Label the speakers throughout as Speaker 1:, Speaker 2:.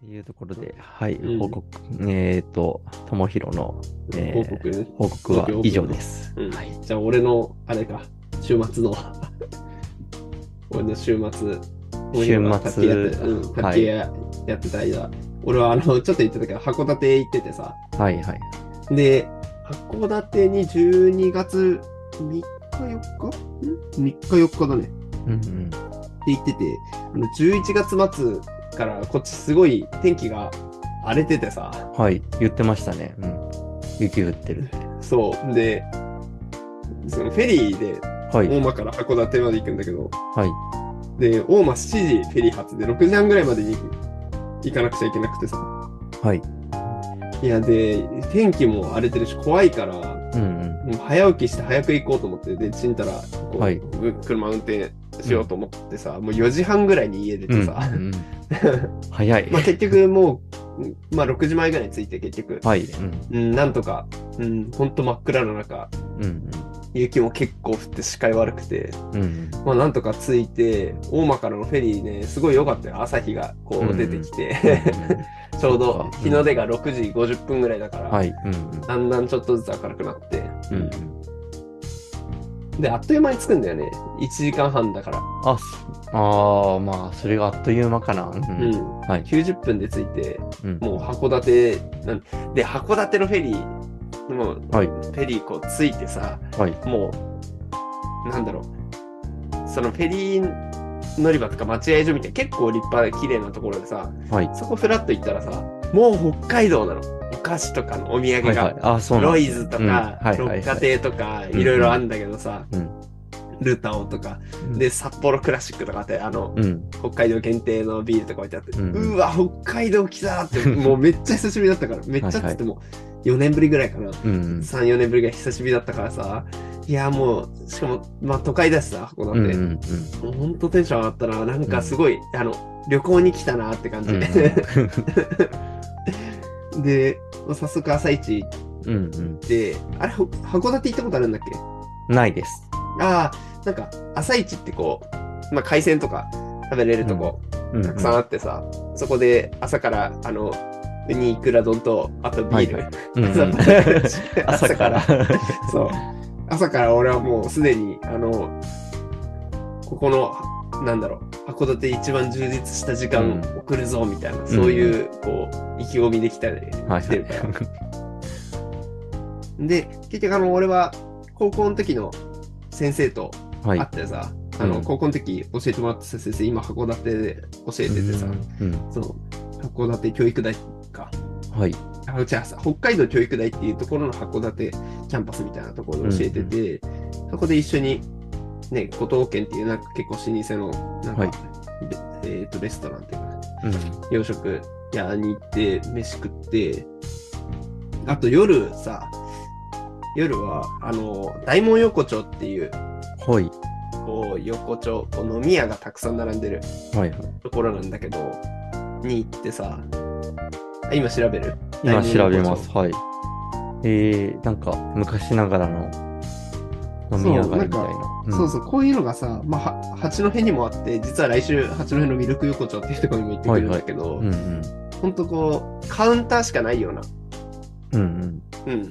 Speaker 1: というところで、はい、報告、えっ、と、ともひろの、えー
Speaker 2: 報告ね。
Speaker 1: 報告は以上です。
Speaker 2: うん
Speaker 1: はい。
Speaker 2: じゃあ、俺の、あれか、週末の、 俺の週末、
Speaker 1: 週末
Speaker 2: うん、
Speaker 1: は
Speaker 2: 卓
Speaker 1: い
Speaker 2: 球やってた間、俺はあの、ちょっと言ってたけど、函館行っててさ、
Speaker 1: はいはい。
Speaker 2: で、函館に12月3日、4日ん ?3 日、4日だね。
Speaker 1: うんうん。
Speaker 2: って言ってて、あの11月末からこっちすごい天気が荒れててさ、
Speaker 1: はい。言ってましたね。うん。雪降ってるって。
Speaker 2: そう。で、そのフェリーで
Speaker 1: はい。
Speaker 2: 大間から函館まで行くんだけど、
Speaker 1: はい。
Speaker 2: で、大間7時フェリー発で6時半ぐらいまでに行かなくちゃいけなくてさ、
Speaker 1: はい。
Speaker 2: いや、で、天気も荒れてるし怖いから、
Speaker 1: うん
Speaker 2: もう早起きして早く行こうと思って、で、ちんたらこう、
Speaker 1: はいう
Speaker 2: 車運転しようと思ってさ、もう4時半ぐらいに家出
Speaker 1: うん。うん
Speaker 2: て さ、
Speaker 1: うん早い。
Speaker 2: まあ結局もう、うんまあ6時前ぐらいに着いて結局、
Speaker 1: はい。うん。
Speaker 2: うん、なんとか、うん、ほんと真っ暗の中、
Speaker 1: うん
Speaker 2: 雪も結構降って視界悪くて、
Speaker 1: うん。 うん
Speaker 2: まあなんとか着いて、大間からのフェリーね、すごい良かったよ。朝日がこ
Speaker 1: う
Speaker 2: うん出てきて、
Speaker 1: う
Speaker 2: ちょう
Speaker 1: そ
Speaker 2: ど
Speaker 1: っか
Speaker 2: 日の出が6時50分ぐらいだから、
Speaker 1: ん。はい。うん
Speaker 2: だんだんちょっとずつ明るくなって、
Speaker 1: うん。うんうん。
Speaker 2: で、あっという間に着くんだよね。1時間半だから。
Speaker 1: あ、すあー、まあ、それがあっという間かな。う。
Speaker 2: うんん。
Speaker 1: はい。
Speaker 2: 90分で着いて、
Speaker 1: うん
Speaker 2: もう函館なん、で、函館のフェリー、もう、
Speaker 1: はい
Speaker 2: フェリーこう着いてさ、
Speaker 1: はい。
Speaker 2: もう、なんだろう、そのフェリー乗り場とか待合所みたいな結構立派で綺麗なところでさ、
Speaker 1: はい。
Speaker 2: そこフラッと行ったらさ、もう北海道なの。お菓子とかのお土産
Speaker 1: はい
Speaker 2: が、
Speaker 1: はい。あ、そうなん
Speaker 2: ロ
Speaker 1: だ
Speaker 2: イズと
Speaker 1: うん
Speaker 2: か、
Speaker 1: はいはいは
Speaker 2: 六
Speaker 1: い
Speaker 2: 花亭とか、いろいろあるんだけどさ、
Speaker 1: うん
Speaker 2: ルタオとか、で、札幌クラシックとかあって、あの、
Speaker 1: うん。
Speaker 2: 北海道限定のビールとか置いてあって、う
Speaker 1: うん
Speaker 2: わ、北海道来たって、もうめっちゃ久しぶりだったから、めっちゃっつっても、4年ぶりぐらいかな。
Speaker 1: うんうん。
Speaker 2: 3、4年ぶりが久しぶりだったからさ、いや、もう、しかも、まあ、都会だしさ、ここだって、
Speaker 1: うんうん
Speaker 2: もうほんとテンション上がったな、なんかすごい、あの、旅行に来たなって感じ
Speaker 1: うん
Speaker 2: で、で、まあ早速朝一行っ
Speaker 1: うんうん
Speaker 2: て、あれ、ほ函館行ったことあるんだっけ
Speaker 1: うんないです。
Speaker 2: ああ、なんか、朝一ってこう、まあ、海鮮とか食べれるとこ、
Speaker 1: うんうん
Speaker 2: たくさんあってさ、そこで朝から、あの、ウニ、イクラ丼と、あとビール。
Speaker 1: はいうんうん 朝から。
Speaker 2: そう。朝から俺はもうすでに、あの、ここの、なんだろう、函館一番充実した時間
Speaker 1: うん
Speaker 2: を送るぞみたいな、そういう、こう、意気込みできたね、
Speaker 1: はい
Speaker 2: 来
Speaker 1: は
Speaker 2: て
Speaker 1: い
Speaker 2: るから。で、結局、あの、俺は高校の時の先生と
Speaker 1: は
Speaker 2: 会
Speaker 1: い。
Speaker 2: ってさ、あの、
Speaker 1: うん
Speaker 2: 高校の時教えてもらってた先生、今函館で教えててさ、
Speaker 1: うん
Speaker 2: その、函館教育大か。
Speaker 1: はい。
Speaker 2: あうちはさ北海道教育大っていうところの函館キャンパスみたいなところで教えてて、そこで一緒に、ね、五島県っていうなんか結構老舗のなんか、
Speaker 1: はい
Speaker 2: でえー、とレストランっていうか
Speaker 1: うん
Speaker 2: 洋食屋に行って飯食ってあと夜さ夜はあの大門横丁っていう
Speaker 1: はい。
Speaker 2: こう横丁こう飲み屋がたくさん並んでる
Speaker 1: はいはい。
Speaker 2: ところなんだけどに行ってさあ今調べる
Speaker 1: 今
Speaker 2: 大名横丁
Speaker 1: 調べます。はい。えー、なんか昔ながらの飲み屋街みたいな。
Speaker 2: そうそう、こういうのがさ、まあ、は八戸にもあって、実は来週、八戸のミルク横丁っていうところにも行ってくるんだけど、
Speaker 1: うんうん。
Speaker 2: ほんとこう、カウンターしかないような、
Speaker 1: うん
Speaker 2: うん、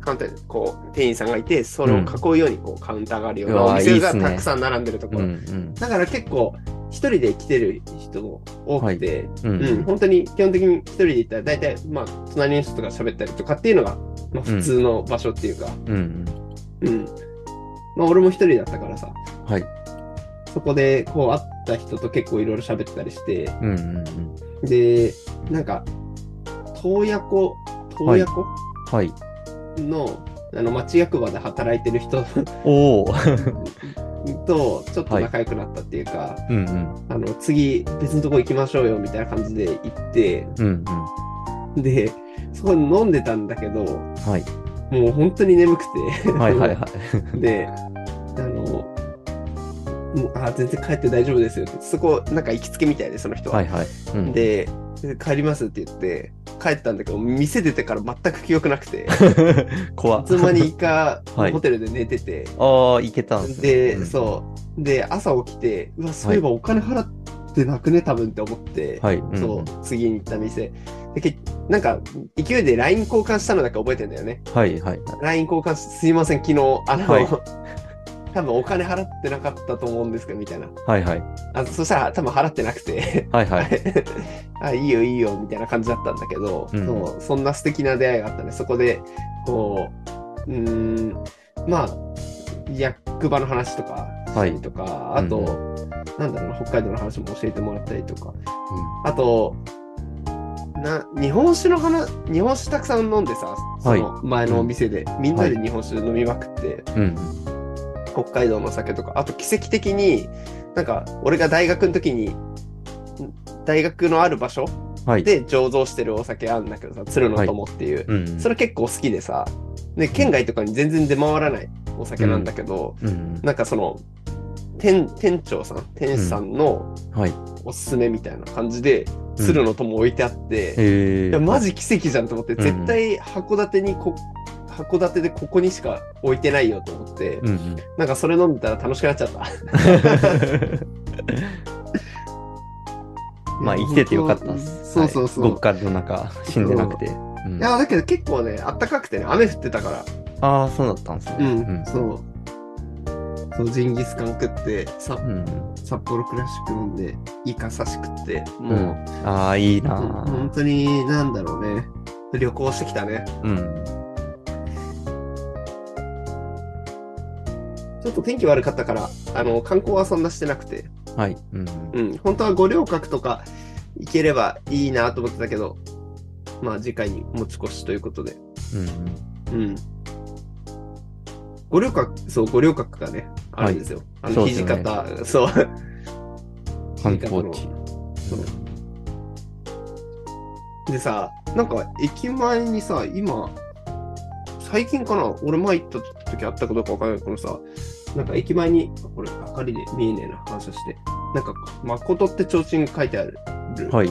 Speaker 2: カウンターで、こう、店員さんがいて、それを囲うようにこう、カウンターがあるような、
Speaker 1: うわ
Speaker 2: お店
Speaker 1: いいっ
Speaker 2: が
Speaker 1: すね
Speaker 2: たくさん並んでるとこ
Speaker 1: うん。
Speaker 2: ろ。
Speaker 1: うんうん。
Speaker 2: だから結構、一人で来てる人も多くて、
Speaker 1: う
Speaker 2: うん、
Speaker 1: ん
Speaker 2: 本当に基本的に一人で行ったら、大体、まあ、隣の人とか喋ったりとかっていうのが、まあ、普通の場所っていうか、
Speaker 1: うん。うん
Speaker 2: うん。まあ、俺も一人だったからさ、
Speaker 1: はい。
Speaker 2: そこでこう会った人と結構いろいろ喋ってたりして、
Speaker 1: うんうんうん。
Speaker 2: で、なんか、洞爺湖、洞爺湖
Speaker 1: はい。
Speaker 2: の,、あの町役場で働いて る人
Speaker 1: おお。
Speaker 2: とちょっと仲良くなったっていうか、
Speaker 1: うんうん。
Speaker 2: あの次別のとこ行きましょうよみたいな感じで行って、
Speaker 1: うんうん。
Speaker 2: で、そこで飲んでたんだけど、
Speaker 1: はい。
Speaker 2: もう本当に眠くて、
Speaker 1: はいはいはい。
Speaker 2: で、あの、もうあ全然帰って大丈夫ですよって、そこなんか行きつけみたいで、その人は
Speaker 1: は。いはい。うん、
Speaker 2: で、帰りますって言って、帰ったんだけど、店出てから全く記憶なく て、い
Speaker 1: 怖っ
Speaker 2: つの間にか、
Speaker 1: はい
Speaker 2: ホテルで寝てて、
Speaker 1: ああ、行けたんですね
Speaker 2: で、
Speaker 1: うん
Speaker 2: そう。で、朝起きて、うわ、そういえばお金払っってなくね、多分って思って、
Speaker 1: はい。うん
Speaker 2: そう、次に行った店。でけなんか、勢いで LINE 交換したのだけ覚えてんだよね。
Speaker 1: はいはい。
Speaker 2: LINE 交換し すいません、昨日、あの、
Speaker 1: はい
Speaker 2: 多分お金払ってなかったと思うんですけど、みたいな。
Speaker 1: はいはい。
Speaker 2: あそしたら、多分払ってなくて、
Speaker 1: はいはい。
Speaker 2: あ、いいよいいよ、みたいな感じだったんだけど、
Speaker 1: うん
Speaker 2: そうそんな素敵な出会いがあったね。そこで、こう、うーん、まあ、役場の話とか、
Speaker 1: はい
Speaker 2: とか、あと、
Speaker 1: うん
Speaker 2: なんだろうな、北海道の話も教えてもらったりとか、あと、な日本酒の話、日本酒たくさん飲んでさ、その前のお店で、みんなで日本酒飲みまくって、
Speaker 1: うん。
Speaker 2: 北海道の酒とか、あと奇跡的に、なんか、俺が大学の時に、大学のある場所
Speaker 1: はい。
Speaker 2: で醸造してるお酒あるんだけどさ、鶴の友っていう、
Speaker 1: うん。
Speaker 2: それ結構好きでさ、で県外とかに全然出回らないお酒なんだけど、
Speaker 1: うん。
Speaker 2: なんかその、店店長さん、店主さんの
Speaker 1: はい。
Speaker 2: おすすめみたいな感じで、鶴の友置いてあって、
Speaker 1: えー。
Speaker 2: いやマジ奇跡じゃんと思って、
Speaker 1: うん
Speaker 2: 絶対函館にこ函館でここにしか置いてないよと思って、
Speaker 1: うん うん。
Speaker 2: なんかそれ飲んでたら楽しくなっちゃった。
Speaker 1: まあ、生きててよかったっす。
Speaker 2: そうそうそう。
Speaker 1: はい、極寒の中、死んでなくて。うん
Speaker 2: いやだけど結構ね、あったかくてね、雨降ってたから、
Speaker 1: ああ、そうだったんですね。
Speaker 2: うん、
Speaker 1: うん
Speaker 2: そう。そうジンギスカン食ってさ
Speaker 1: うん
Speaker 2: 札幌クラシック飲んでイカ刺し食ってもう、
Speaker 1: うんああ、いいな
Speaker 2: うん
Speaker 1: ー
Speaker 2: 本当になんだろうね旅行してきたね
Speaker 1: うん。
Speaker 2: ちょっと天気悪かったからあの観光はそんなしてなくて
Speaker 1: はい。うん。
Speaker 2: うん、本当は五稜郭とか行ければいいなと思ってたけど、まあ次回に持ち越しということで。
Speaker 1: うん。
Speaker 2: うん。五稜郭、そう、五稜郭がね、あるんですよ。あ
Speaker 1: そう
Speaker 2: の、
Speaker 1: です
Speaker 2: 土
Speaker 1: よね
Speaker 2: 方、そう。
Speaker 1: 観光地。
Speaker 2: でさ、なんか駅前にさ、今、最近かな俺前行った時あったかどうかわからないけどさ、なんか駅前に、これ明かりで見えねえな、反射して。なんか、誠って提灯が書いてある。
Speaker 1: はい。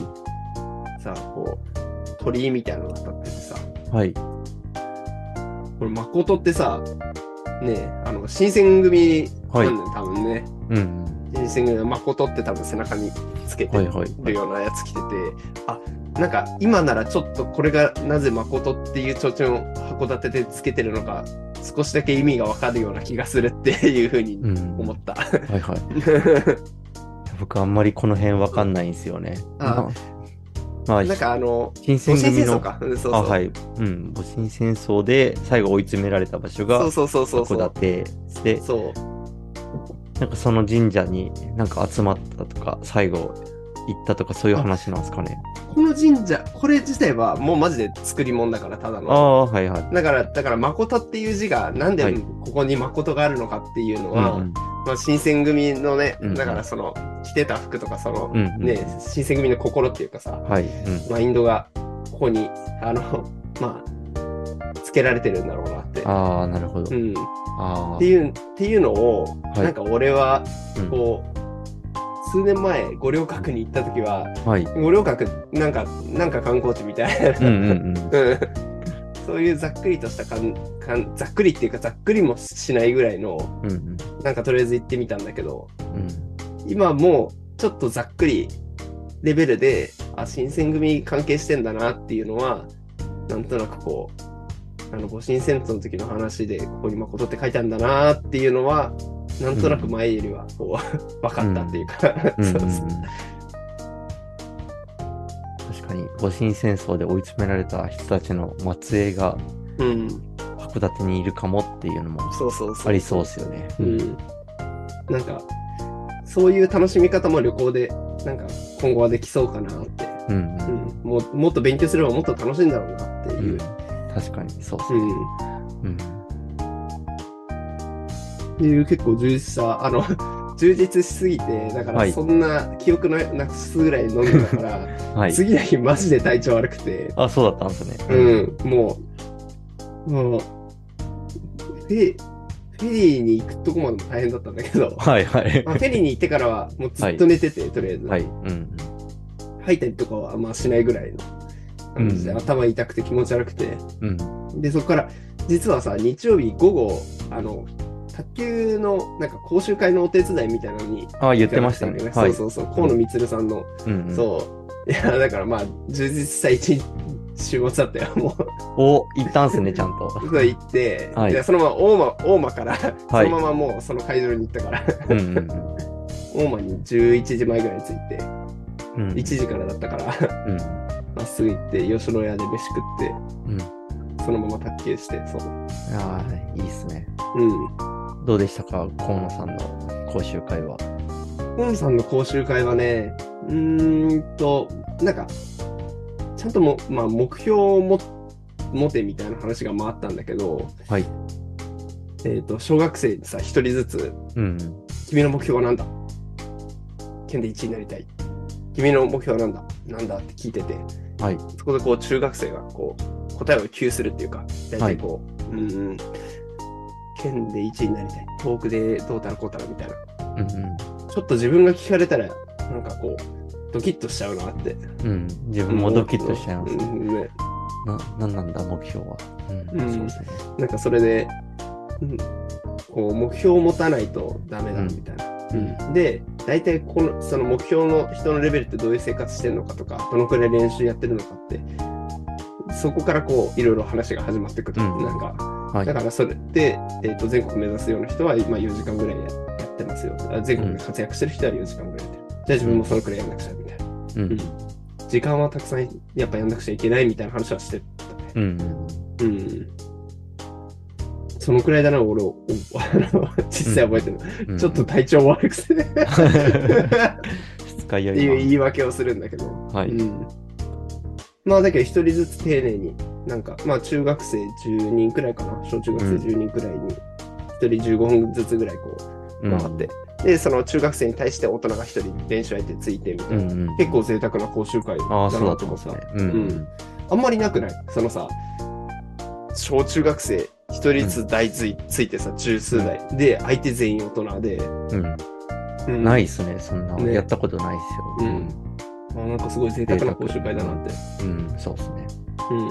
Speaker 2: さ、こう、鳥居みたいなのが立っててさ、
Speaker 1: はい。
Speaker 2: これ、誠ってさ、ねえ、あの、新選組
Speaker 1: はい。
Speaker 2: なんだよ、多分ね。
Speaker 1: うん。
Speaker 2: 新選組の誠って多分背中につけて
Speaker 1: はいはい。
Speaker 2: るようなやつ着てて、あ、なんか今ならちょっとこれがなぜ誠っていう提灯を函館でつけてるのか、少しだけ意味がわかるような気がするっていうふうに
Speaker 1: うん。
Speaker 2: 思 った。
Speaker 1: はいはい。 僕あんまりこの辺わかんないんですよね。
Speaker 2: あ
Speaker 1: まあ、
Speaker 2: なんかあの、
Speaker 1: 新選
Speaker 2: 戊辰
Speaker 1: 組
Speaker 2: 戦争
Speaker 1: の。
Speaker 2: か。うんそうそう。
Speaker 1: あはい、うん、戊辰戦争で最後追い詰められた場所
Speaker 2: そ
Speaker 1: が
Speaker 2: うそうそうそうそ
Speaker 1: 函
Speaker 2: う。
Speaker 1: 館で
Speaker 2: そう。
Speaker 1: なんかその神社になんか集まったとか最後行ったとかそういう話なんですかね
Speaker 2: この神社、これ自体はもうマジで作り物だから、ただ
Speaker 1: あ
Speaker 2: の。
Speaker 1: あはいはい、
Speaker 2: だから、だから、誠っていう字が、なん
Speaker 1: はい
Speaker 2: でここに誠があるのかっていうの
Speaker 1: う
Speaker 2: は、
Speaker 1: んうん
Speaker 2: まあ、新選組のね、
Speaker 1: うん
Speaker 2: だからその、着てた服とか、その、
Speaker 1: うんうん
Speaker 2: ね、新選組の心っていうかさ、
Speaker 1: はい、うん、
Speaker 2: マインドが、ここに、あの、 まあ、つけられてるんだろうなって。
Speaker 1: ああなるほど、
Speaker 2: うん、っ
Speaker 1: ああ
Speaker 2: ていう、っていうのを、
Speaker 1: い
Speaker 2: なんか俺は
Speaker 1: うん、
Speaker 2: こう、数年前、五稜郭に行った時は、
Speaker 1: はい
Speaker 2: 五稜郭、なんか、なんか観光地みたいな、
Speaker 1: うんうんうん
Speaker 2: うん そういうざっくりとしたかんかんざっくりっていうかざっくりもしないぐらいの
Speaker 1: うんうん
Speaker 2: なんかとりあえず行ってみたんだけど
Speaker 1: うん
Speaker 2: 今もうちょっとざっくりレベルであ新選組関係してんだなっていうのはなんとなくこうあの戊辰戦争の時の話でここに誠って書いてあるんだなっていうのはなんとなく前よりはこう、分かったっていうか、
Speaker 1: うんうんう
Speaker 2: そ
Speaker 1: ん
Speaker 2: うそう
Speaker 1: 確かに戊辰戦争で追い詰められた人たちの末裔が
Speaker 2: うん
Speaker 1: 函館にいるかもっていうのも
Speaker 2: そうそうそう
Speaker 1: ありそうですよね、
Speaker 2: うん、なんかそういう楽しみ方も旅行でなんか今後はできそうかなって、
Speaker 1: うん
Speaker 2: うん、もうもっと勉強すればもっと楽しいんだろうなって
Speaker 1: う
Speaker 2: い
Speaker 1: ん
Speaker 2: う、
Speaker 1: 確かにそうです
Speaker 2: う
Speaker 1: ね、
Speaker 2: ん
Speaker 1: うん
Speaker 2: っていう結構充実したあの 充実しすぎてだか
Speaker 1: は
Speaker 2: ら
Speaker 1: い
Speaker 2: そんな記憶のなくすぐらい飲んでたから、
Speaker 1: はい
Speaker 2: 次の日マジで体調悪くて、
Speaker 1: あそうだったんですね
Speaker 2: うん、もうもうフェフェリーに行くとこまでも大変だったんだけど、
Speaker 1: はいはい
Speaker 2: まあ、フェリーに行ってからはもうずっと寝てて、とりあえず。
Speaker 1: はいうん
Speaker 2: 吐いたりとかはまあしないぐらいの感じで、
Speaker 1: うん
Speaker 2: 頭痛くて気持ち悪くて
Speaker 1: うん
Speaker 2: でそこから実はさ日曜日午後あの卓球のなんか講習会のお手伝いみたいなのに
Speaker 1: ああ、言ってましたね。は
Speaker 2: そう
Speaker 1: い。
Speaker 2: そうそう、河野光さんの、
Speaker 1: うんうん
Speaker 2: そう。いや、だからまあ、充実した一週末だったよ、もう。
Speaker 1: お、行ったんすね、ちゃんと。
Speaker 2: そう行って、
Speaker 1: はい
Speaker 2: でそのまま大間大間から、
Speaker 1: はい
Speaker 2: そのままもうその会場に行ったから、
Speaker 1: うんうん
Speaker 2: 大間に11時前ぐらいに着いて、
Speaker 1: うん。 うん
Speaker 2: 1時からだったから、
Speaker 1: うん
Speaker 2: まっすぐ行って、吉野家で飯食っ
Speaker 1: うん。
Speaker 2: て、そのまま卓球して、そう。
Speaker 1: ああ、いいっすね。
Speaker 2: うん。
Speaker 1: どうでしたか、河野さんの講習会は。
Speaker 2: 本さんの講習会はね、うーんと、なんか、ちゃんとも、まあ、目標をも持てみたいな話が回ったんだけど、
Speaker 1: はい
Speaker 2: えっ、と、小学生にさ、一人ずつ、
Speaker 1: うんうん。
Speaker 2: 君の目標は何だ県で1位になりたい。君の目標は何だなんだって聞いてて、
Speaker 1: はい。
Speaker 2: そこでこう、中学生がこう、答えを急するっていうか、大体こう、うーん、県で1位になりたい。遠くでどうたらこうたらみたいな。
Speaker 1: うん
Speaker 2: ちょっと自分が聞かれたら、なんかこう、ドキッとしちゃうなって。
Speaker 1: うん。うん。自分もドキッとしちゃいます
Speaker 2: う
Speaker 1: ね。
Speaker 2: んね
Speaker 1: な、なんなんだ、目標は。うん。
Speaker 2: うん
Speaker 1: そうですね。
Speaker 2: なんかそれで、うんこう、目標を持たないとダメだみたいな。
Speaker 1: うん。
Speaker 2: で、大体この、その目標の人のレベルってどういう生活してるのかとか、どのくらい練習やってるのかって、そこからこう、いろいろ話が始まってくる。
Speaker 1: うん
Speaker 2: なんか、
Speaker 1: はい
Speaker 2: だ。からそれで、えっと全国目指すような人は今4時間ぐらいやってますよ。あ全国で活躍してる人は4時間ぐらいやってる。じゃあ自分もそのくらいやんなくちゃみたいな。
Speaker 1: うん。
Speaker 2: 時間はたくさんやっぱやんなくちゃいけないみたいな話はしてたね。
Speaker 1: うんうん。
Speaker 2: うん。そのくらいだな、俺を、 おあの実際覚えてる、
Speaker 1: うん
Speaker 2: ちょっと、体調悪く て、ね、
Speaker 1: 使い
Speaker 2: っ
Speaker 1: よ
Speaker 2: ていう言
Speaker 1: り
Speaker 2: い訳をするんだけど。
Speaker 1: は。は
Speaker 2: う
Speaker 1: い。
Speaker 2: ん。まあ、だけど一人ずつ丁寧に、なんか、まあ、中学生10人くらいかな、小中学生10人くらいに、一人15分ずつぐらいこう、回って、で、その中学生に対して大人が一人練習相手ついてみたいな
Speaker 1: う。んうん。
Speaker 2: 結構贅沢な講習会だ
Speaker 1: ああ、
Speaker 2: な
Speaker 1: そうだ
Speaker 2: と
Speaker 1: と
Speaker 2: 思
Speaker 1: 思
Speaker 2: っ
Speaker 1: ってた
Speaker 2: た
Speaker 1: ね。。うんうん。
Speaker 2: あんまりなくないそのさ、小中学生一人ずつ台ついついてさ、十数台、で、相手全員大人で、
Speaker 1: うん。
Speaker 2: うん
Speaker 1: ないっすね、そんな。
Speaker 2: ね
Speaker 1: やったことないっすよ。
Speaker 2: うんあなんかすごい贅沢な講習会だなって。
Speaker 1: うん。うん、そうっすね。
Speaker 2: うん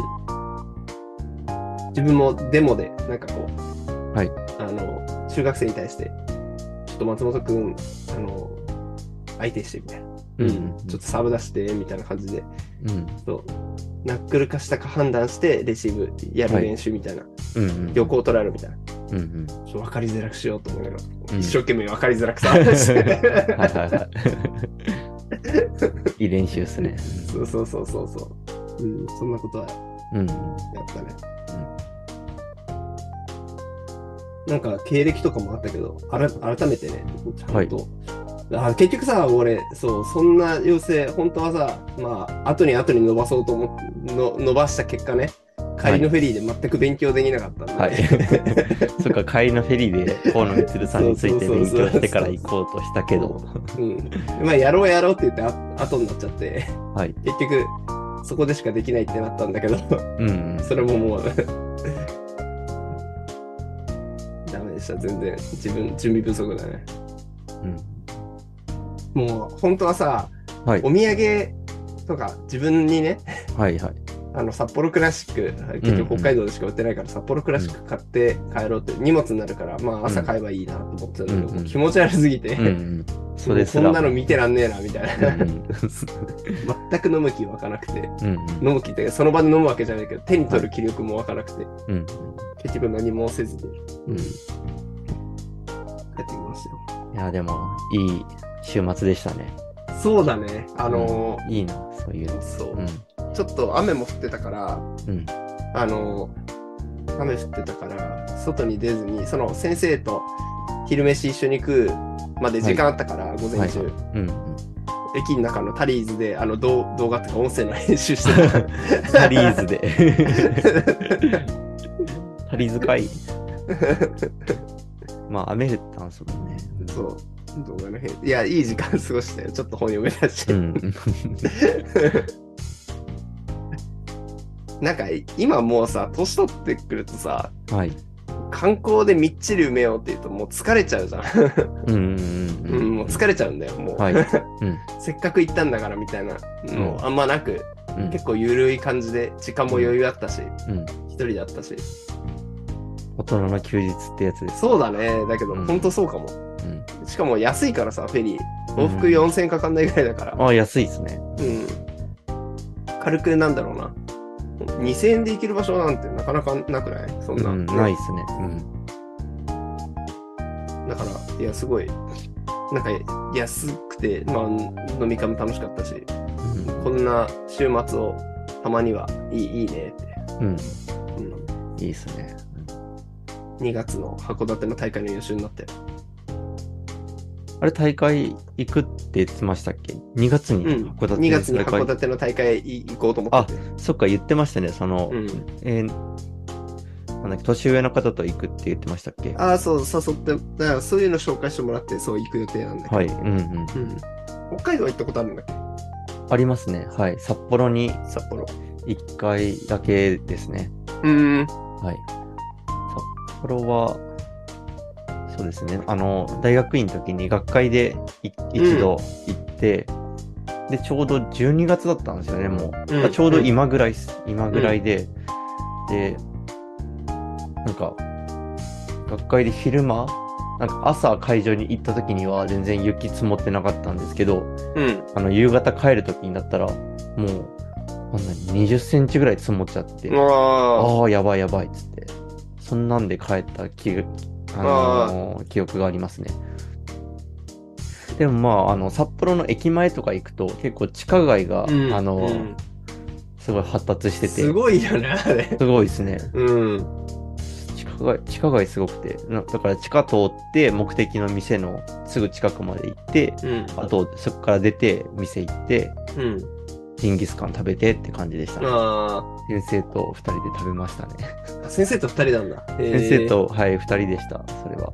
Speaker 2: 自分もデモで、なんかこう、
Speaker 1: はい
Speaker 2: あの、中学生に対して、ちょっと松本くん、あの、相手してみたいな。うんちょっとサーブ出して、みたいな感じで、
Speaker 1: うん。
Speaker 2: そうナックル化したか判断して、レシーブやる練習みたいな、
Speaker 1: うんうん。
Speaker 2: 横を取られるみたいな。
Speaker 1: うんうん。
Speaker 2: ちょっと分かりづらくしようと思いながら、
Speaker 1: うん
Speaker 2: 一生懸命分かりづらく さ、
Speaker 1: はいはいはい。いい練習っすね。
Speaker 2: そうそうそうそうそう、うん、そんなことはや
Speaker 1: うん。
Speaker 2: ったね、なんか経歴とかもあったけどあら改めてねちゃんと、あ結局さ俺そうそんな要請本当はさまあ後に後に伸ばそうと思っの伸ばした結果ね帰りのフェリーで全く勉強できなかったんで、
Speaker 1: はい。 そっか、帰りのフェリーで河野光さんについて勉強してから行こうとしたけど。
Speaker 2: うん、まあやろうやろうって言ってあ後になっちゃって
Speaker 1: はい。
Speaker 2: 結局そこでしかできないってなったんだけど
Speaker 1: うんうん。
Speaker 2: それももう ダメでした全然自分準備不足だね
Speaker 1: うん
Speaker 2: もう本当はさ、
Speaker 1: はい
Speaker 2: お土産とか自分にね
Speaker 1: はいはい。
Speaker 2: あの札幌クラシック結局北海道でしか売ってないから、札幌クラシック買って帰ろうって荷物になるから、まあ朝買えばいいなと思ってたんだけど、
Speaker 1: うん
Speaker 2: もう気持ち悪すぎて、
Speaker 1: うんうん。それす
Speaker 2: そ
Speaker 1: ら。
Speaker 2: んなの見てらんねえなみたいな、
Speaker 1: うん
Speaker 2: 全く飲む気湧かなくて
Speaker 1: うん。
Speaker 2: 飲む気ってその場で飲むわけじゃないけど手に取る気力も湧かなくて、
Speaker 1: うんうん。
Speaker 2: 結局何もせずに
Speaker 1: うん。い
Speaker 2: 帰ってきましたよ
Speaker 1: や、でも、いい週末でしたね。
Speaker 2: そうだね。あの
Speaker 1: いいな、そういう
Speaker 2: ー
Speaker 1: の。
Speaker 2: そうう、
Speaker 1: ん。
Speaker 2: ちょっと雨も降ってたから、
Speaker 1: うん
Speaker 2: あのー雨降ってたから、外に出ずに、その先生と昼飯一緒に食うまで時間あったから、午前中、
Speaker 1: はうんうん。
Speaker 2: 駅の中のタリーズで、あの、動動画とか音声の編集して た。
Speaker 1: タリーズで。タリーズか い。まあ、雨降ったんすもんね。
Speaker 2: そう。動画の編いや、いい時間過ごしたよ。ちょっと本読めたし。
Speaker 1: うん。
Speaker 2: なんか、今もうさ、年取ってくるとさ、
Speaker 1: はい。
Speaker 2: 観光でみっちり埋めようって言うと、もう疲れちゃうじ ゃん。
Speaker 1: うんう
Speaker 2: う、
Speaker 1: んん
Speaker 2: も
Speaker 1: う。
Speaker 2: うん疲れちゃうんだよ、もう。
Speaker 1: はい。うん。
Speaker 2: せっかく行ったんだからみたいなの
Speaker 1: うん
Speaker 2: あんまなく、
Speaker 1: うん
Speaker 2: 結構ゆるい感じで時間も余裕あったし、
Speaker 1: うん
Speaker 2: 一人だったし
Speaker 1: 大人の休日ってやつです。
Speaker 2: そうだね。だけど、
Speaker 1: うん
Speaker 2: ほんとそうかも。
Speaker 1: うん、
Speaker 2: しかも安いからさ、フェリー。往復4000かかんないぐらいだから。
Speaker 1: ああ、安いですね。
Speaker 2: うん。軽くなんだろうな。2000円で行ける場所なんてなかなかなくないそんな。
Speaker 1: うん、ないですね。うん。
Speaker 2: だから、いや、すごい。なんか安くて、まあ、飲み会も楽しかったし、こんな週末をたまにはいいいいねって、
Speaker 1: うん、
Speaker 2: うん
Speaker 1: いいですね。うん
Speaker 2: 2月の函館の大会の優秀になって、
Speaker 1: あれ、大会行くって言ってましたっけ ?2 月に
Speaker 2: うん、
Speaker 1: 函館
Speaker 2: 2月に
Speaker 1: 大会
Speaker 2: 函館の大会行こうと思ってて、
Speaker 1: そっか、言ってましたね。その、
Speaker 2: うん
Speaker 1: えーなんだっけ、年上の方と行くって言ってましたっけ
Speaker 2: ああ、そう、誘って、だからそういうの紹介してもらって、そう行く予定なんだけど、
Speaker 1: はい、うんうん。
Speaker 2: うん、北海道は行ったことあるんだっけ
Speaker 1: ありますね。はい。札幌に
Speaker 2: 札幌。
Speaker 1: 1回だけですね。
Speaker 2: うーん、
Speaker 1: はい。札幌は、そうですね。あの、大学院の時に学会でい一度行って、で、ちょうど12月だったんですよね、もう。
Speaker 2: うん
Speaker 1: ちょうど今ぐらいっす。今ぐらいで、で、なんか、学会で昼間、なんか朝会場に行った時には全然雪積もってなかったんですけど、
Speaker 2: うん、
Speaker 1: あの、夕方帰る時になったら、もう、あんなに20センチぐらい積もっちゃって。
Speaker 2: ああ、
Speaker 1: ああ、やばいやばいっつって。そんなんで帰った記,、あのー記憶がありますね。でもまあ、あの、札幌の駅前とか行くと、結構地下街が、
Speaker 2: うん
Speaker 1: あのー
Speaker 2: うん
Speaker 1: すごい発達してて、
Speaker 2: すごいよね、あれ。
Speaker 1: すごいですね。
Speaker 2: うん、
Speaker 1: 地下街、地下街すごくて、なだから地下通って、目的の店のすぐ近くまで行って、
Speaker 2: うん、
Speaker 1: あと、そこから出て、店行って、
Speaker 2: うん。
Speaker 1: ジンギスカン食べてって感じでした、ね。
Speaker 2: あ
Speaker 1: 先生と2人で食べましたね。
Speaker 2: あ、先生と二人なんだ。へー
Speaker 1: 先生。と、はい、二人でした、それは。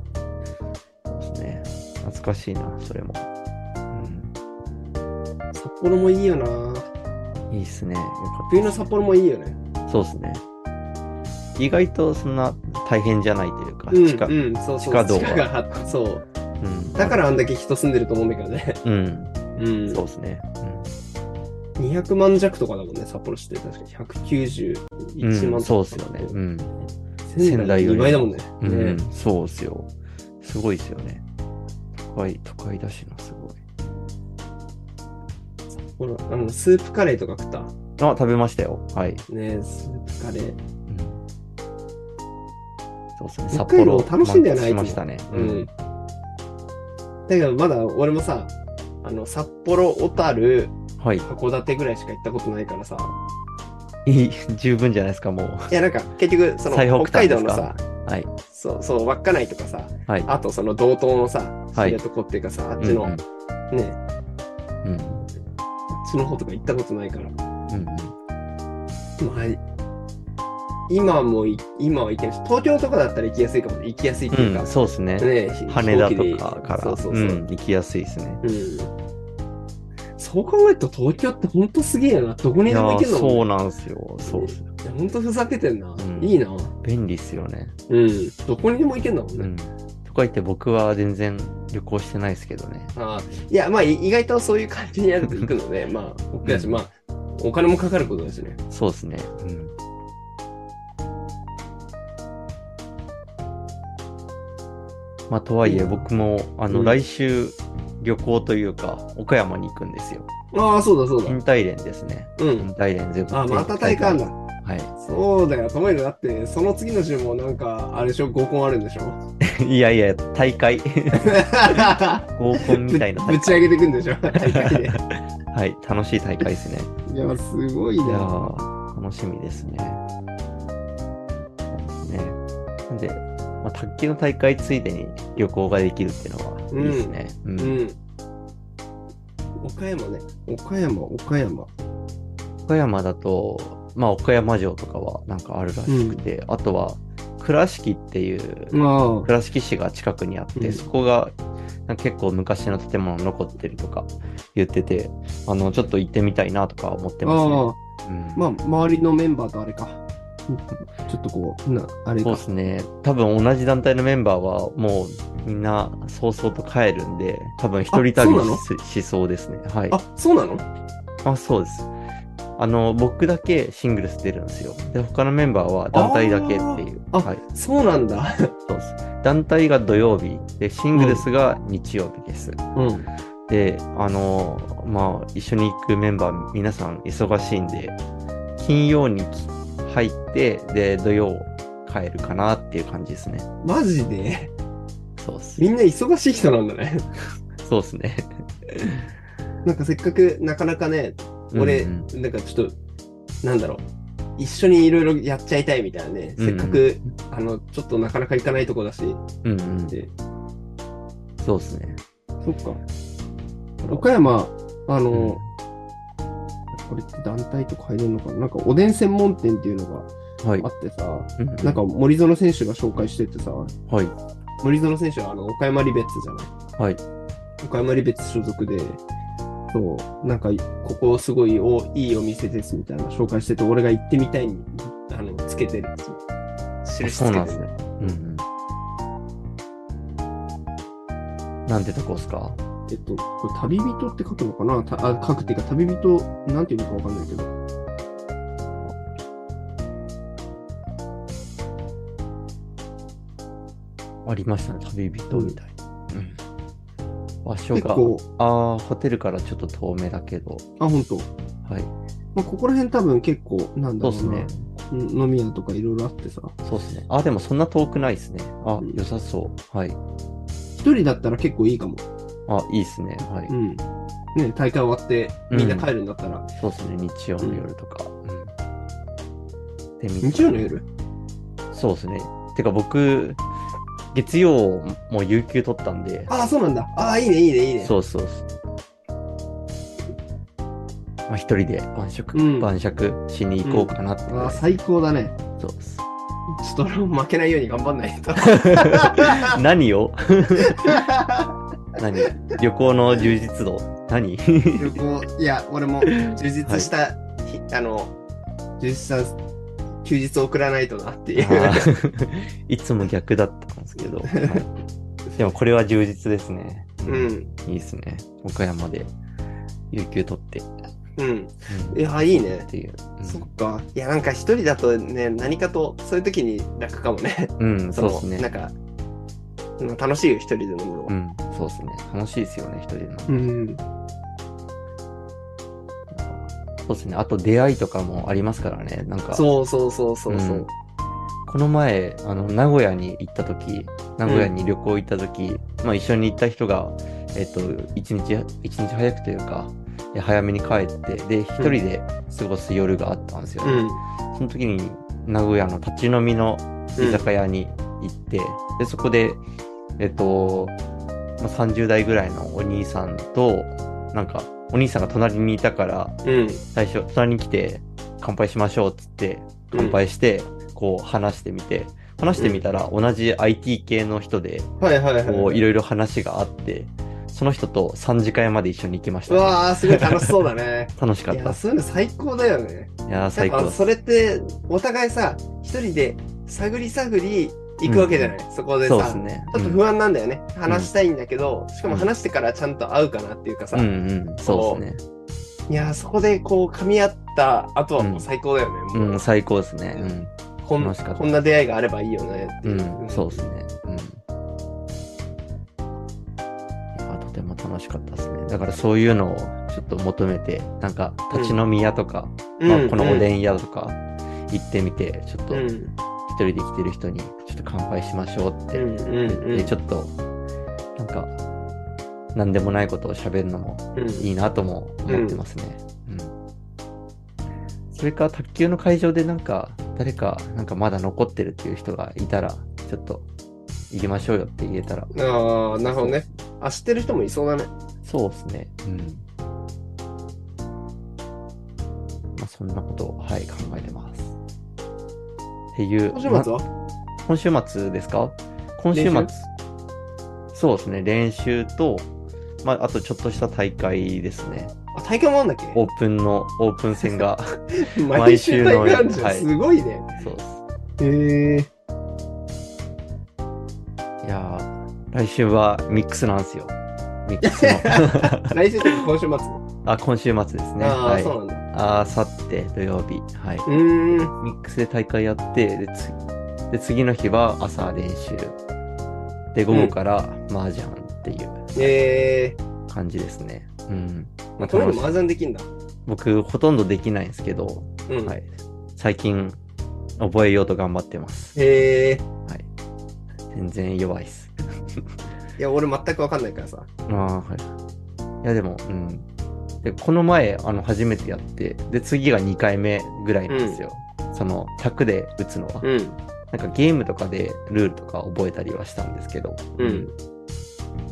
Speaker 1: そうですね。懐かしいな、それも。
Speaker 2: 札幌もいいよな。
Speaker 1: うん、いいっすね。よかった
Speaker 2: 冬の札幌もいいよね。
Speaker 1: そうですね。意外とそんな大変じゃないというか、
Speaker 2: うん、
Speaker 1: 近く。
Speaker 2: うん、そうそう。
Speaker 1: 地下道は
Speaker 2: があってそう。
Speaker 1: うん
Speaker 2: だからあんだけ人住んでると思うんだけどね。
Speaker 1: うん、
Speaker 2: うん
Speaker 1: そうですね。
Speaker 2: 200万弱とかだもんね、札幌市って。確か191
Speaker 1: うん
Speaker 2: 万と
Speaker 1: う
Speaker 2: か、
Speaker 1: んそうっすよね。うん。
Speaker 2: 仙台より2倍だもんね。
Speaker 1: うん
Speaker 2: ね
Speaker 1: そうっすよ。すごいっすよね。都会、都会だしな、すごい。
Speaker 2: ほら、あの、スープカレーとか食った。
Speaker 1: あ、食べましたよ。はい。
Speaker 2: ねスープカレ
Speaker 1: う
Speaker 2: ー。
Speaker 1: んそうですね。
Speaker 2: 北
Speaker 1: 札
Speaker 2: 海
Speaker 1: 幌
Speaker 2: 道楽しんだよね
Speaker 1: 満喫しましたね。
Speaker 2: うん。だけど、まだ俺もさ、あの、札幌、小樽、
Speaker 1: はい。
Speaker 2: 函館ぐらいしか行ったことないからさ。
Speaker 1: いい、 十分じゃないですか、もう。
Speaker 2: いや、なんか、結局、その、
Speaker 1: 最北
Speaker 2: 北
Speaker 1: 端
Speaker 2: 海道の
Speaker 1: です
Speaker 2: さ、
Speaker 1: はい。
Speaker 2: そう、そう、稚内とかさ、
Speaker 1: はい。
Speaker 2: あとその道東のさ、
Speaker 1: は
Speaker 2: 知
Speaker 1: い
Speaker 2: り合とこっていうかさ、あっ
Speaker 1: う
Speaker 2: ち
Speaker 1: ん
Speaker 2: の、
Speaker 1: うん
Speaker 2: ね、
Speaker 1: うん
Speaker 2: あっちの方とか行ったことないから。
Speaker 1: うん
Speaker 2: まあ、今もい、今は行けるし、東京とかだったら行きやすいかも、行きやすいっていう
Speaker 1: うん
Speaker 2: か、
Speaker 1: うんそうですね。
Speaker 2: ね、
Speaker 1: 羽田
Speaker 2: 飛行機で
Speaker 1: とかから
Speaker 2: そうそううそう。うん
Speaker 1: ん行きやすいですね。
Speaker 2: そう考えると東京ってほんとすげえな。どこ
Speaker 1: い
Speaker 2: にで
Speaker 1: や
Speaker 2: も行けるの
Speaker 1: そううなんですよ。そうっす。
Speaker 2: ほんとふざけてんな。
Speaker 1: ん
Speaker 2: いいな。
Speaker 1: 便利っすよね。
Speaker 2: うん。どこにでも行けんだもん
Speaker 1: う
Speaker 2: ね。
Speaker 1: ん。とか言って僕は全然旅行してないですけどね。
Speaker 2: ああいや、まあ、い意外とそういう感じになると行くの で、まあ、僕たち、
Speaker 1: うん
Speaker 2: まあ、お金もかかることですね。
Speaker 1: そうですね。うん。まあ、とはいえ、
Speaker 2: うん
Speaker 1: 僕も、あの、
Speaker 2: うん
Speaker 1: 来週、旅行というか、岡山に行くんですよ。
Speaker 2: ああ、そうだそうだ。
Speaker 1: 近体連ですね。
Speaker 2: うん。
Speaker 1: 近体連全部。
Speaker 2: ああ、また体感だ。
Speaker 1: はい。
Speaker 2: そうだよ、ともだって、その次の週もなんか、あれでしょ、合コンあるんでしょ
Speaker 1: いやいや、大 会。合コ ンみたいな
Speaker 2: ぶぶ
Speaker 1: 大
Speaker 2: ち上げてくん でしょ大会で。
Speaker 1: 会。はい、楽しい大会ですね。
Speaker 2: いや、すごい
Speaker 1: いや
Speaker 2: な。
Speaker 1: ー、楽しみですね。そうですね。なんで、まあ、卓球の大会ついでに旅行ができるっていうのはいいですね。う。
Speaker 2: うんん。岡山ね。岡山、岡山。
Speaker 1: 岡山だと、まあ、岡山城とかはなんかあるらしくて、あとは、倉敷っていう、
Speaker 2: まあ、
Speaker 1: 倉敷市が近くにあって、
Speaker 2: うん
Speaker 1: そこが、なんか結構昔の建物残ってるとか言ってて、あの、ちょっと行ってみたいなとか思ってますね
Speaker 2: あ。
Speaker 1: うん
Speaker 2: まあ、周りのメンバーとあ れか。ちょっとこう、な、あれ
Speaker 1: そう
Speaker 2: か
Speaker 1: で。すね。多分同じ団体のメンバーはもうみんな早々と帰るんで、多分一人
Speaker 2: あそうな
Speaker 1: 旅
Speaker 2: の
Speaker 1: ししそうですね。はい。
Speaker 2: あ、そうなの
Speaker 1: あそうです。あの僕だけシングルス出るんですよ。で他のメンバーは団体だけっていう。
Speaker 2: あー
Speaker 1: はい、
Speaker 2: そうなんだ。
Speaker 1: そうです団体が土曜日でシングルスが日曜日です。
Speaker 2: うん。
Speaker 1: であのまあ一緒に行くメンバー皆さん忙しいんで金曜にき入ってで土曜帰るかなっていう感じですね。
Speaker 2: マジで
Speaker 1: そうっす
Speaker 2: みんな忙しい人なんだね。
Speaker 1: そうですね。
Speaker 2: なんかせっかくなかなかね、 俺、
Speaker 1: うんうん
Speaker 2: なんかちょっと、なんだろう。一緒にいろいろやっちゃいたいみたいなね。
Speaker 1: うんう
Speaker 2: せっ
Speaker 1: ん
Speaker 2: かく、あの、ちょっとなかなか行かないとこだし。
Speaker 1: うんうん、
Speaker 2: で
Speaker 1: そうですね。
Speaker 2: そっか。岡山、あの、
Speaker 1: うん
Speaker 2: これって団体とか入れるのかななんかおでん専門店っていうのが
Speaker 1: はい
Speaker 2: あ。ってさ、
Speaker 1: うんうん
Speaker 2: なんか森園選手が紹介しててさ、
Speaker 1: はい。
Speaker 2: 森園選手はあの岡山リベッツじゃない
Speaker 1: はい。
Speaker 2: 岡山リベッツ所属で、そう、なんか、ここすごいおいいお店ですみたいな紹介してて、俺が行ってみたいに、あの、つけてるんですよ。
Speaker 1: あ
Speaker 2: 印
Speaker 1: そうなん
Speaker 2: つ
Speaker 1: で
Speaker 2: け
Speaker 1: すね
Speaker 2: てる。。
Speaker 1: うんうん。なんてとこっすか
Speaker 2: えっと、これ旅人って書くのかなたあ書くっていうか、旅人、なんていうのかわかんないけど。
Speaker 1: ありましたね。旅人みたいな。うん。場所
Speaker 2: 結
Speaker 1: が、
Speaker 2: 構、
Speaker 1: ああ、ホテルからちょっと遠めだけど、
Speaker 2: あ、本当。
Speaker 1: はい。
Speaker 2: まあ、ここら辺多分結構、なんだ
Speaker 1: そう
Speaker 2: ろ
Speaker 1: っ
Speaker 2: う
Speaker 1: す
Speaker 2: な、
Speaker 1: ね。
Speaker 2: うん飲み屋とかいろいろあってさ、
Speaker 1: そうっすね。あ、でもそんな遠くないですね。あ
Speaker 2: うん、
Speaker 1: 良さそう。はい。
Speaker 2: 一人だったら結構いいかも。
Speaker 1: あ、いいっすね。はい。
Speaker 2: うん。ね、大会終わって、みんな帰るんだったら、
Speaker 1: そうっすね。日曜の夜とか。うん。で、み
Speaker 2: 日曜の夜
Speaker 1: そうっすね。てか僕、月曜も有給取ったんで、
Speaker 2: ああ、そうなんだ。ああ、いいね、いいね、いいね。
Speaker 1: そうそうそう。まあ、一人で晩酌、
Speaker 2: うん
Speaker 1: 晩酌しに行こうかなってぐらい
Speaker 2: ああ、最高だね。
Speaker 1: そうです。
Speaker 2: ちょっと俺も負けないように頑張んないと。
Speaker 1: 何を何旅行の充実度何
Speaker 2: 旅 行、いや、俺も充実した、ひあの、充実した休日を送らないとなっていう。
Speaker 1: あー いつも逆だったんですけど、はいでもこれは充実ですね。
Speaker 2: う、ん、
Speaker 1: いいですね。岡山で有給取って。
Speaker 2: うん。
Speaker 1: うん
Speaker 2: いや、いいね
Speaker 1: っ。ていう、
Speaker 2: そっか。いや、なんか一人だとね、何かと、そういう時に楽かもね。
Speaker 1: うん、うん、そう
Speaker 2: の
Speaker 1: ですね
Speaker 2: なんか、うん楽しいよ、一人で飲むの
Speaker 1: う
Speaker 2: は。
Speaker 1: ん、そうですね。楽しいですよね、一人での。
Speaker 2: うん。
Speaker 1: そうですね。あと出会いとかもありますからね。なんか、
Speaker 2: そうそうそうそうそうう。
Speaker 1: この前、あの、名古屋に行った時、名古屋に旅行行った時、まあ一緒に行った人が、えっと、一日、一日早くというか、え早めに帰って、で、一人で過ごす夜があったんですよ、
Speaker 2: うん。
Speaker 1: その時に、名古屋の立ち飲みの居酒屋に行って、で、そこで、えっと、まあ、30代ぐらいのお兄さんと、なんか、お兄さんが隣にいたから、
Speaker 2: うん。
Speaker 1: 最初隣に来て乾杯しましょうっつって乾杯して、こう話してみて話してみたら同じ IT 系の人で
Speaker 2: はいはい
Speaker 1: こ
Speaker 2: は
Speaker 1: う
Speaker 2: い。
Speaker 1: いろいろ話があってその人と3次会まで一緒に行きまし
Speaker 2: う
Speaker 1: た
Speaker 2: わー、すごい楽しそうだ ね。
Speaker 1: 楽しかっ
Speaker 2: い
Speaker 1: た
Speaker 2: や、
Speaker 1: っす
Speaker 2: そういうの最高だよね。
Speaker 1: いやー
Speaker 2: やっ
Speaker 1: 最高
Speaker 2: ぱ
Speaker 1: っ
Speaker 2: そ
Speaker 1: す
Speaker 2: れってお互いさ一人で探り探り行くわけじゃない、そこで
Speaker 1: そうで
Speaker 2: さ
Speaker 1: すね
Speaker 2: ちょっと不安なんだよね、話したいんだけどしかも話してからちゃんと会うかなっていうかさ、
Speaker 1: うんうんうんそうですね
Speaker 2: いやーそこでこう噛み合った後はもう
Speaker 1: うん
Speaker 2: 最高だよね、もう
Speaker 1: うん最高ですね
Speaker 2: こん
Speaker 1: 楽しかった
Speaker 2: こんな出会いがあればいいよねって
Speaker 1: う
Speaker 2: い
Speaker 1: ん、うん、そうです
Speaker 2: ね
Speaker 1: ねうんいやーとても楽しかったですねだからそういうのをちょっと求めてなんか立ち飲み屋とか、まあ、このおでん屋とか行ってみて、ちょっと
Speaker 2: うん
Speaker 1: 一人で来てる人に、ちょっと乾杯しましょうっ
Speaker 2: う
Speaker 1: て
Speaker 2: んうん
Speaker 1: 言
Speaker 2: うん
Speaker 1: って、ちょっと、なんか、なんでもないことを喋るのも
Speaker 2: うん
Speaker 1: いいなとも思ってますね。うん。それか、卓球の会場でなんか、誰か、なんかまだ残ってるっていう人がいたら、ちょっと、行きましょうよって言えたら、
Speaker 2: ああなるほどねあ知ってる人もいそうだね
Speaker 1: そうですね。うん。まあ、そんなことを、はい、考えてます。っていう。
Speaker 2: 今週
Speaker 1: ま
Speaker 2: 末は
Speaker 1: 今週末ですか今週末
Speaker 2: 練習
Speaker 1: そうですね練習と、まあ、あとちょっとした大会ですね
Speaker 2: あ大会もあんだっ
Speaker 1: オ
Speaker 2: け
Speaker 1: ープンのオープン戦 が
Speaker 2: 毎週大会あるじゃん、
Speaker 1: 毎週の
Speaker 2: すごいね
Speaker 1: そうです
Speaker 2: へえ
Speaker 1: いやー来週はミックスなんですよミックスの
Speaker 2: 来週とか今週末
Speaker 1: あ、今週末ですね。
Speaker 2: ああ、
Speaker 1: はい。
Speaker 2: そうなんだ。
Speaker 1: あさって土曜日。はい。
Speaker 2: うーん。
Speaker 1: ミックスで大会やって、で、つで次の日は朝練習。で、午後から麻雀っていう
Speaker 2: え
Speaker 1: 感じですね。うん。まあ、
Speaker 2: ー、これ
Speaker 1: 楽
Speaker 2: も
Speaker 1: しい
Speaker 2: 麻雀できんだ。
Speaker 1: 僕、ほとんどできないんですけど、
Speaker 2: うん。
Speaker 1: はい。最近、覚えようと頑張ってます。
Speaker 2: えー、
Speaker 1: はい。全然弱いっす。
Speaker 2: いや、俺全くわかんないからさ。
Speaker 1: ああ、はい。いや、でも、うん。で、この前、あの、初めてやって、で、次が2回目ぐらいなんですよ。その、100で打つのは。
Speaker 2: うん。
Speaker 1: なんかゲームとかでルールとか覚えたりはしたんですけど、
Speaker 2: うん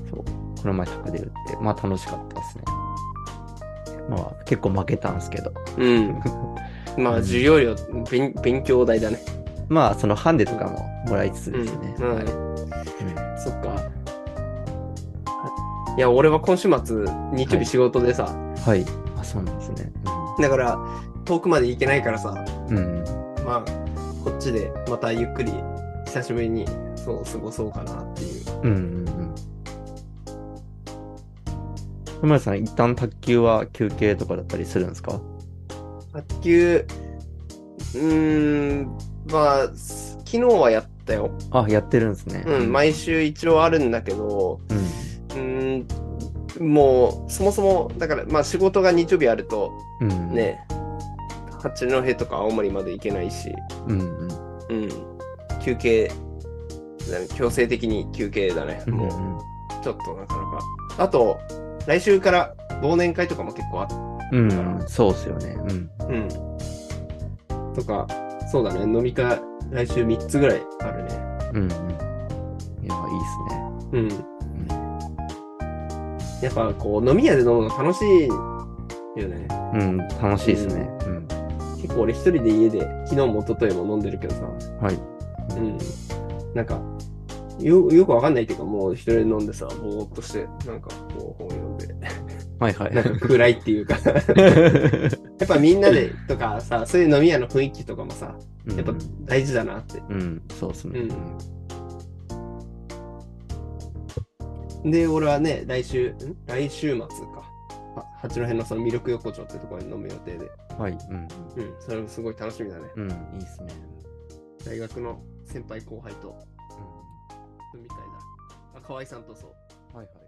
Speaker 1: そうこの前100で打って、まあ楽しかったですね。まあ結構負けたんですけど、
Speaker 2: うん。まあ、授業料、勉勉強代だね。
Speaker 1: まあそのハンデとかももらいつつ
Speaker 2: う
Speaker 1: で
Speaker 2: ん。
Speaker 1: すね。
Speaker 2: うん
Speaker 1: はい
Speaker 2: そっか。いや、俺は今週末、日曜日仕事でさ、
Speaker 1: はい。あ、そうなんですね。
Speaker 2: だから、遠くまで行けないからさ、
Speaker 1: うん。うん
Speaker 2: まあ、こっちでまたゆっくり、久しぶりに、そう、過ごそうかなっていう。
Speaker 1: うんうんうん。田村さん、一旦卓球は休憩とかだったりするんですか
Speaker 2: 卓球、うーん、まあ、す昨日はやったよ。
Speaker 1: あ、やってるんですね。
Speaker 2: うん、毎週一応あるんだけど、
Speaker 1: うん。
Speaker 2: うーん、もう、そもそも、だから、まあ、仕事が日曜日あると、
Speaker 1: うん。。
Speaker 2: ね、八戸とか青森まで行けないし、
Speaker 1: うんうん。
Speaker 2: うん、休憩、だね強制的に休憩だね。
Speaker 1: うん
Speaker 2: も
Speaker 1: う
Speaker 2: うんちょっとなかなか。あと、来週から忘年会とかも結構あっ
Speaker 1: うん。うん。そうっすよね。うん。
Speaker 2: うん。とか、そうだね、飲み会、来週3つぐらいあるね。
Speaker 1: うんうん。いや、いいっすね。
Speaker 2: うん。やっぱこう、飲み屋で飲むの楽しいよね。
Speaker 1: うん、楽しいですね。うん。
Speaker 2: 結構俺一人で家で、昨日も一昨日も飲んでるけどさ、
Speaker 1: はい。
Speaker 2: うん。なんか、よよくわかんないけど、もう一人で飲んでさ、ぼーっとして、なんかこう本読んで、
Speaker 1: はいはい。
Speaker 2: なんか暗いっていうか、やっぱみんなでとかさ、そういう飲み屋の雰囲気とかもさ、やっぱ大事だなって
Speaker 1: うん、うん、そうですね。
Speaker 2: うんで、俺はね、来週、ん来週末か。は八戸のその魅力横丁ってところに飲む予定で。
Speaker 1: はい。うん。
Speaker 2: うん、それもすごい楽しみだね。
Speaker 1: うん、いいですね。
Speaker 2: 大学の先輩後輩と飲み会だ。あ、河合さんとそう。
Speaker 1: はいはい。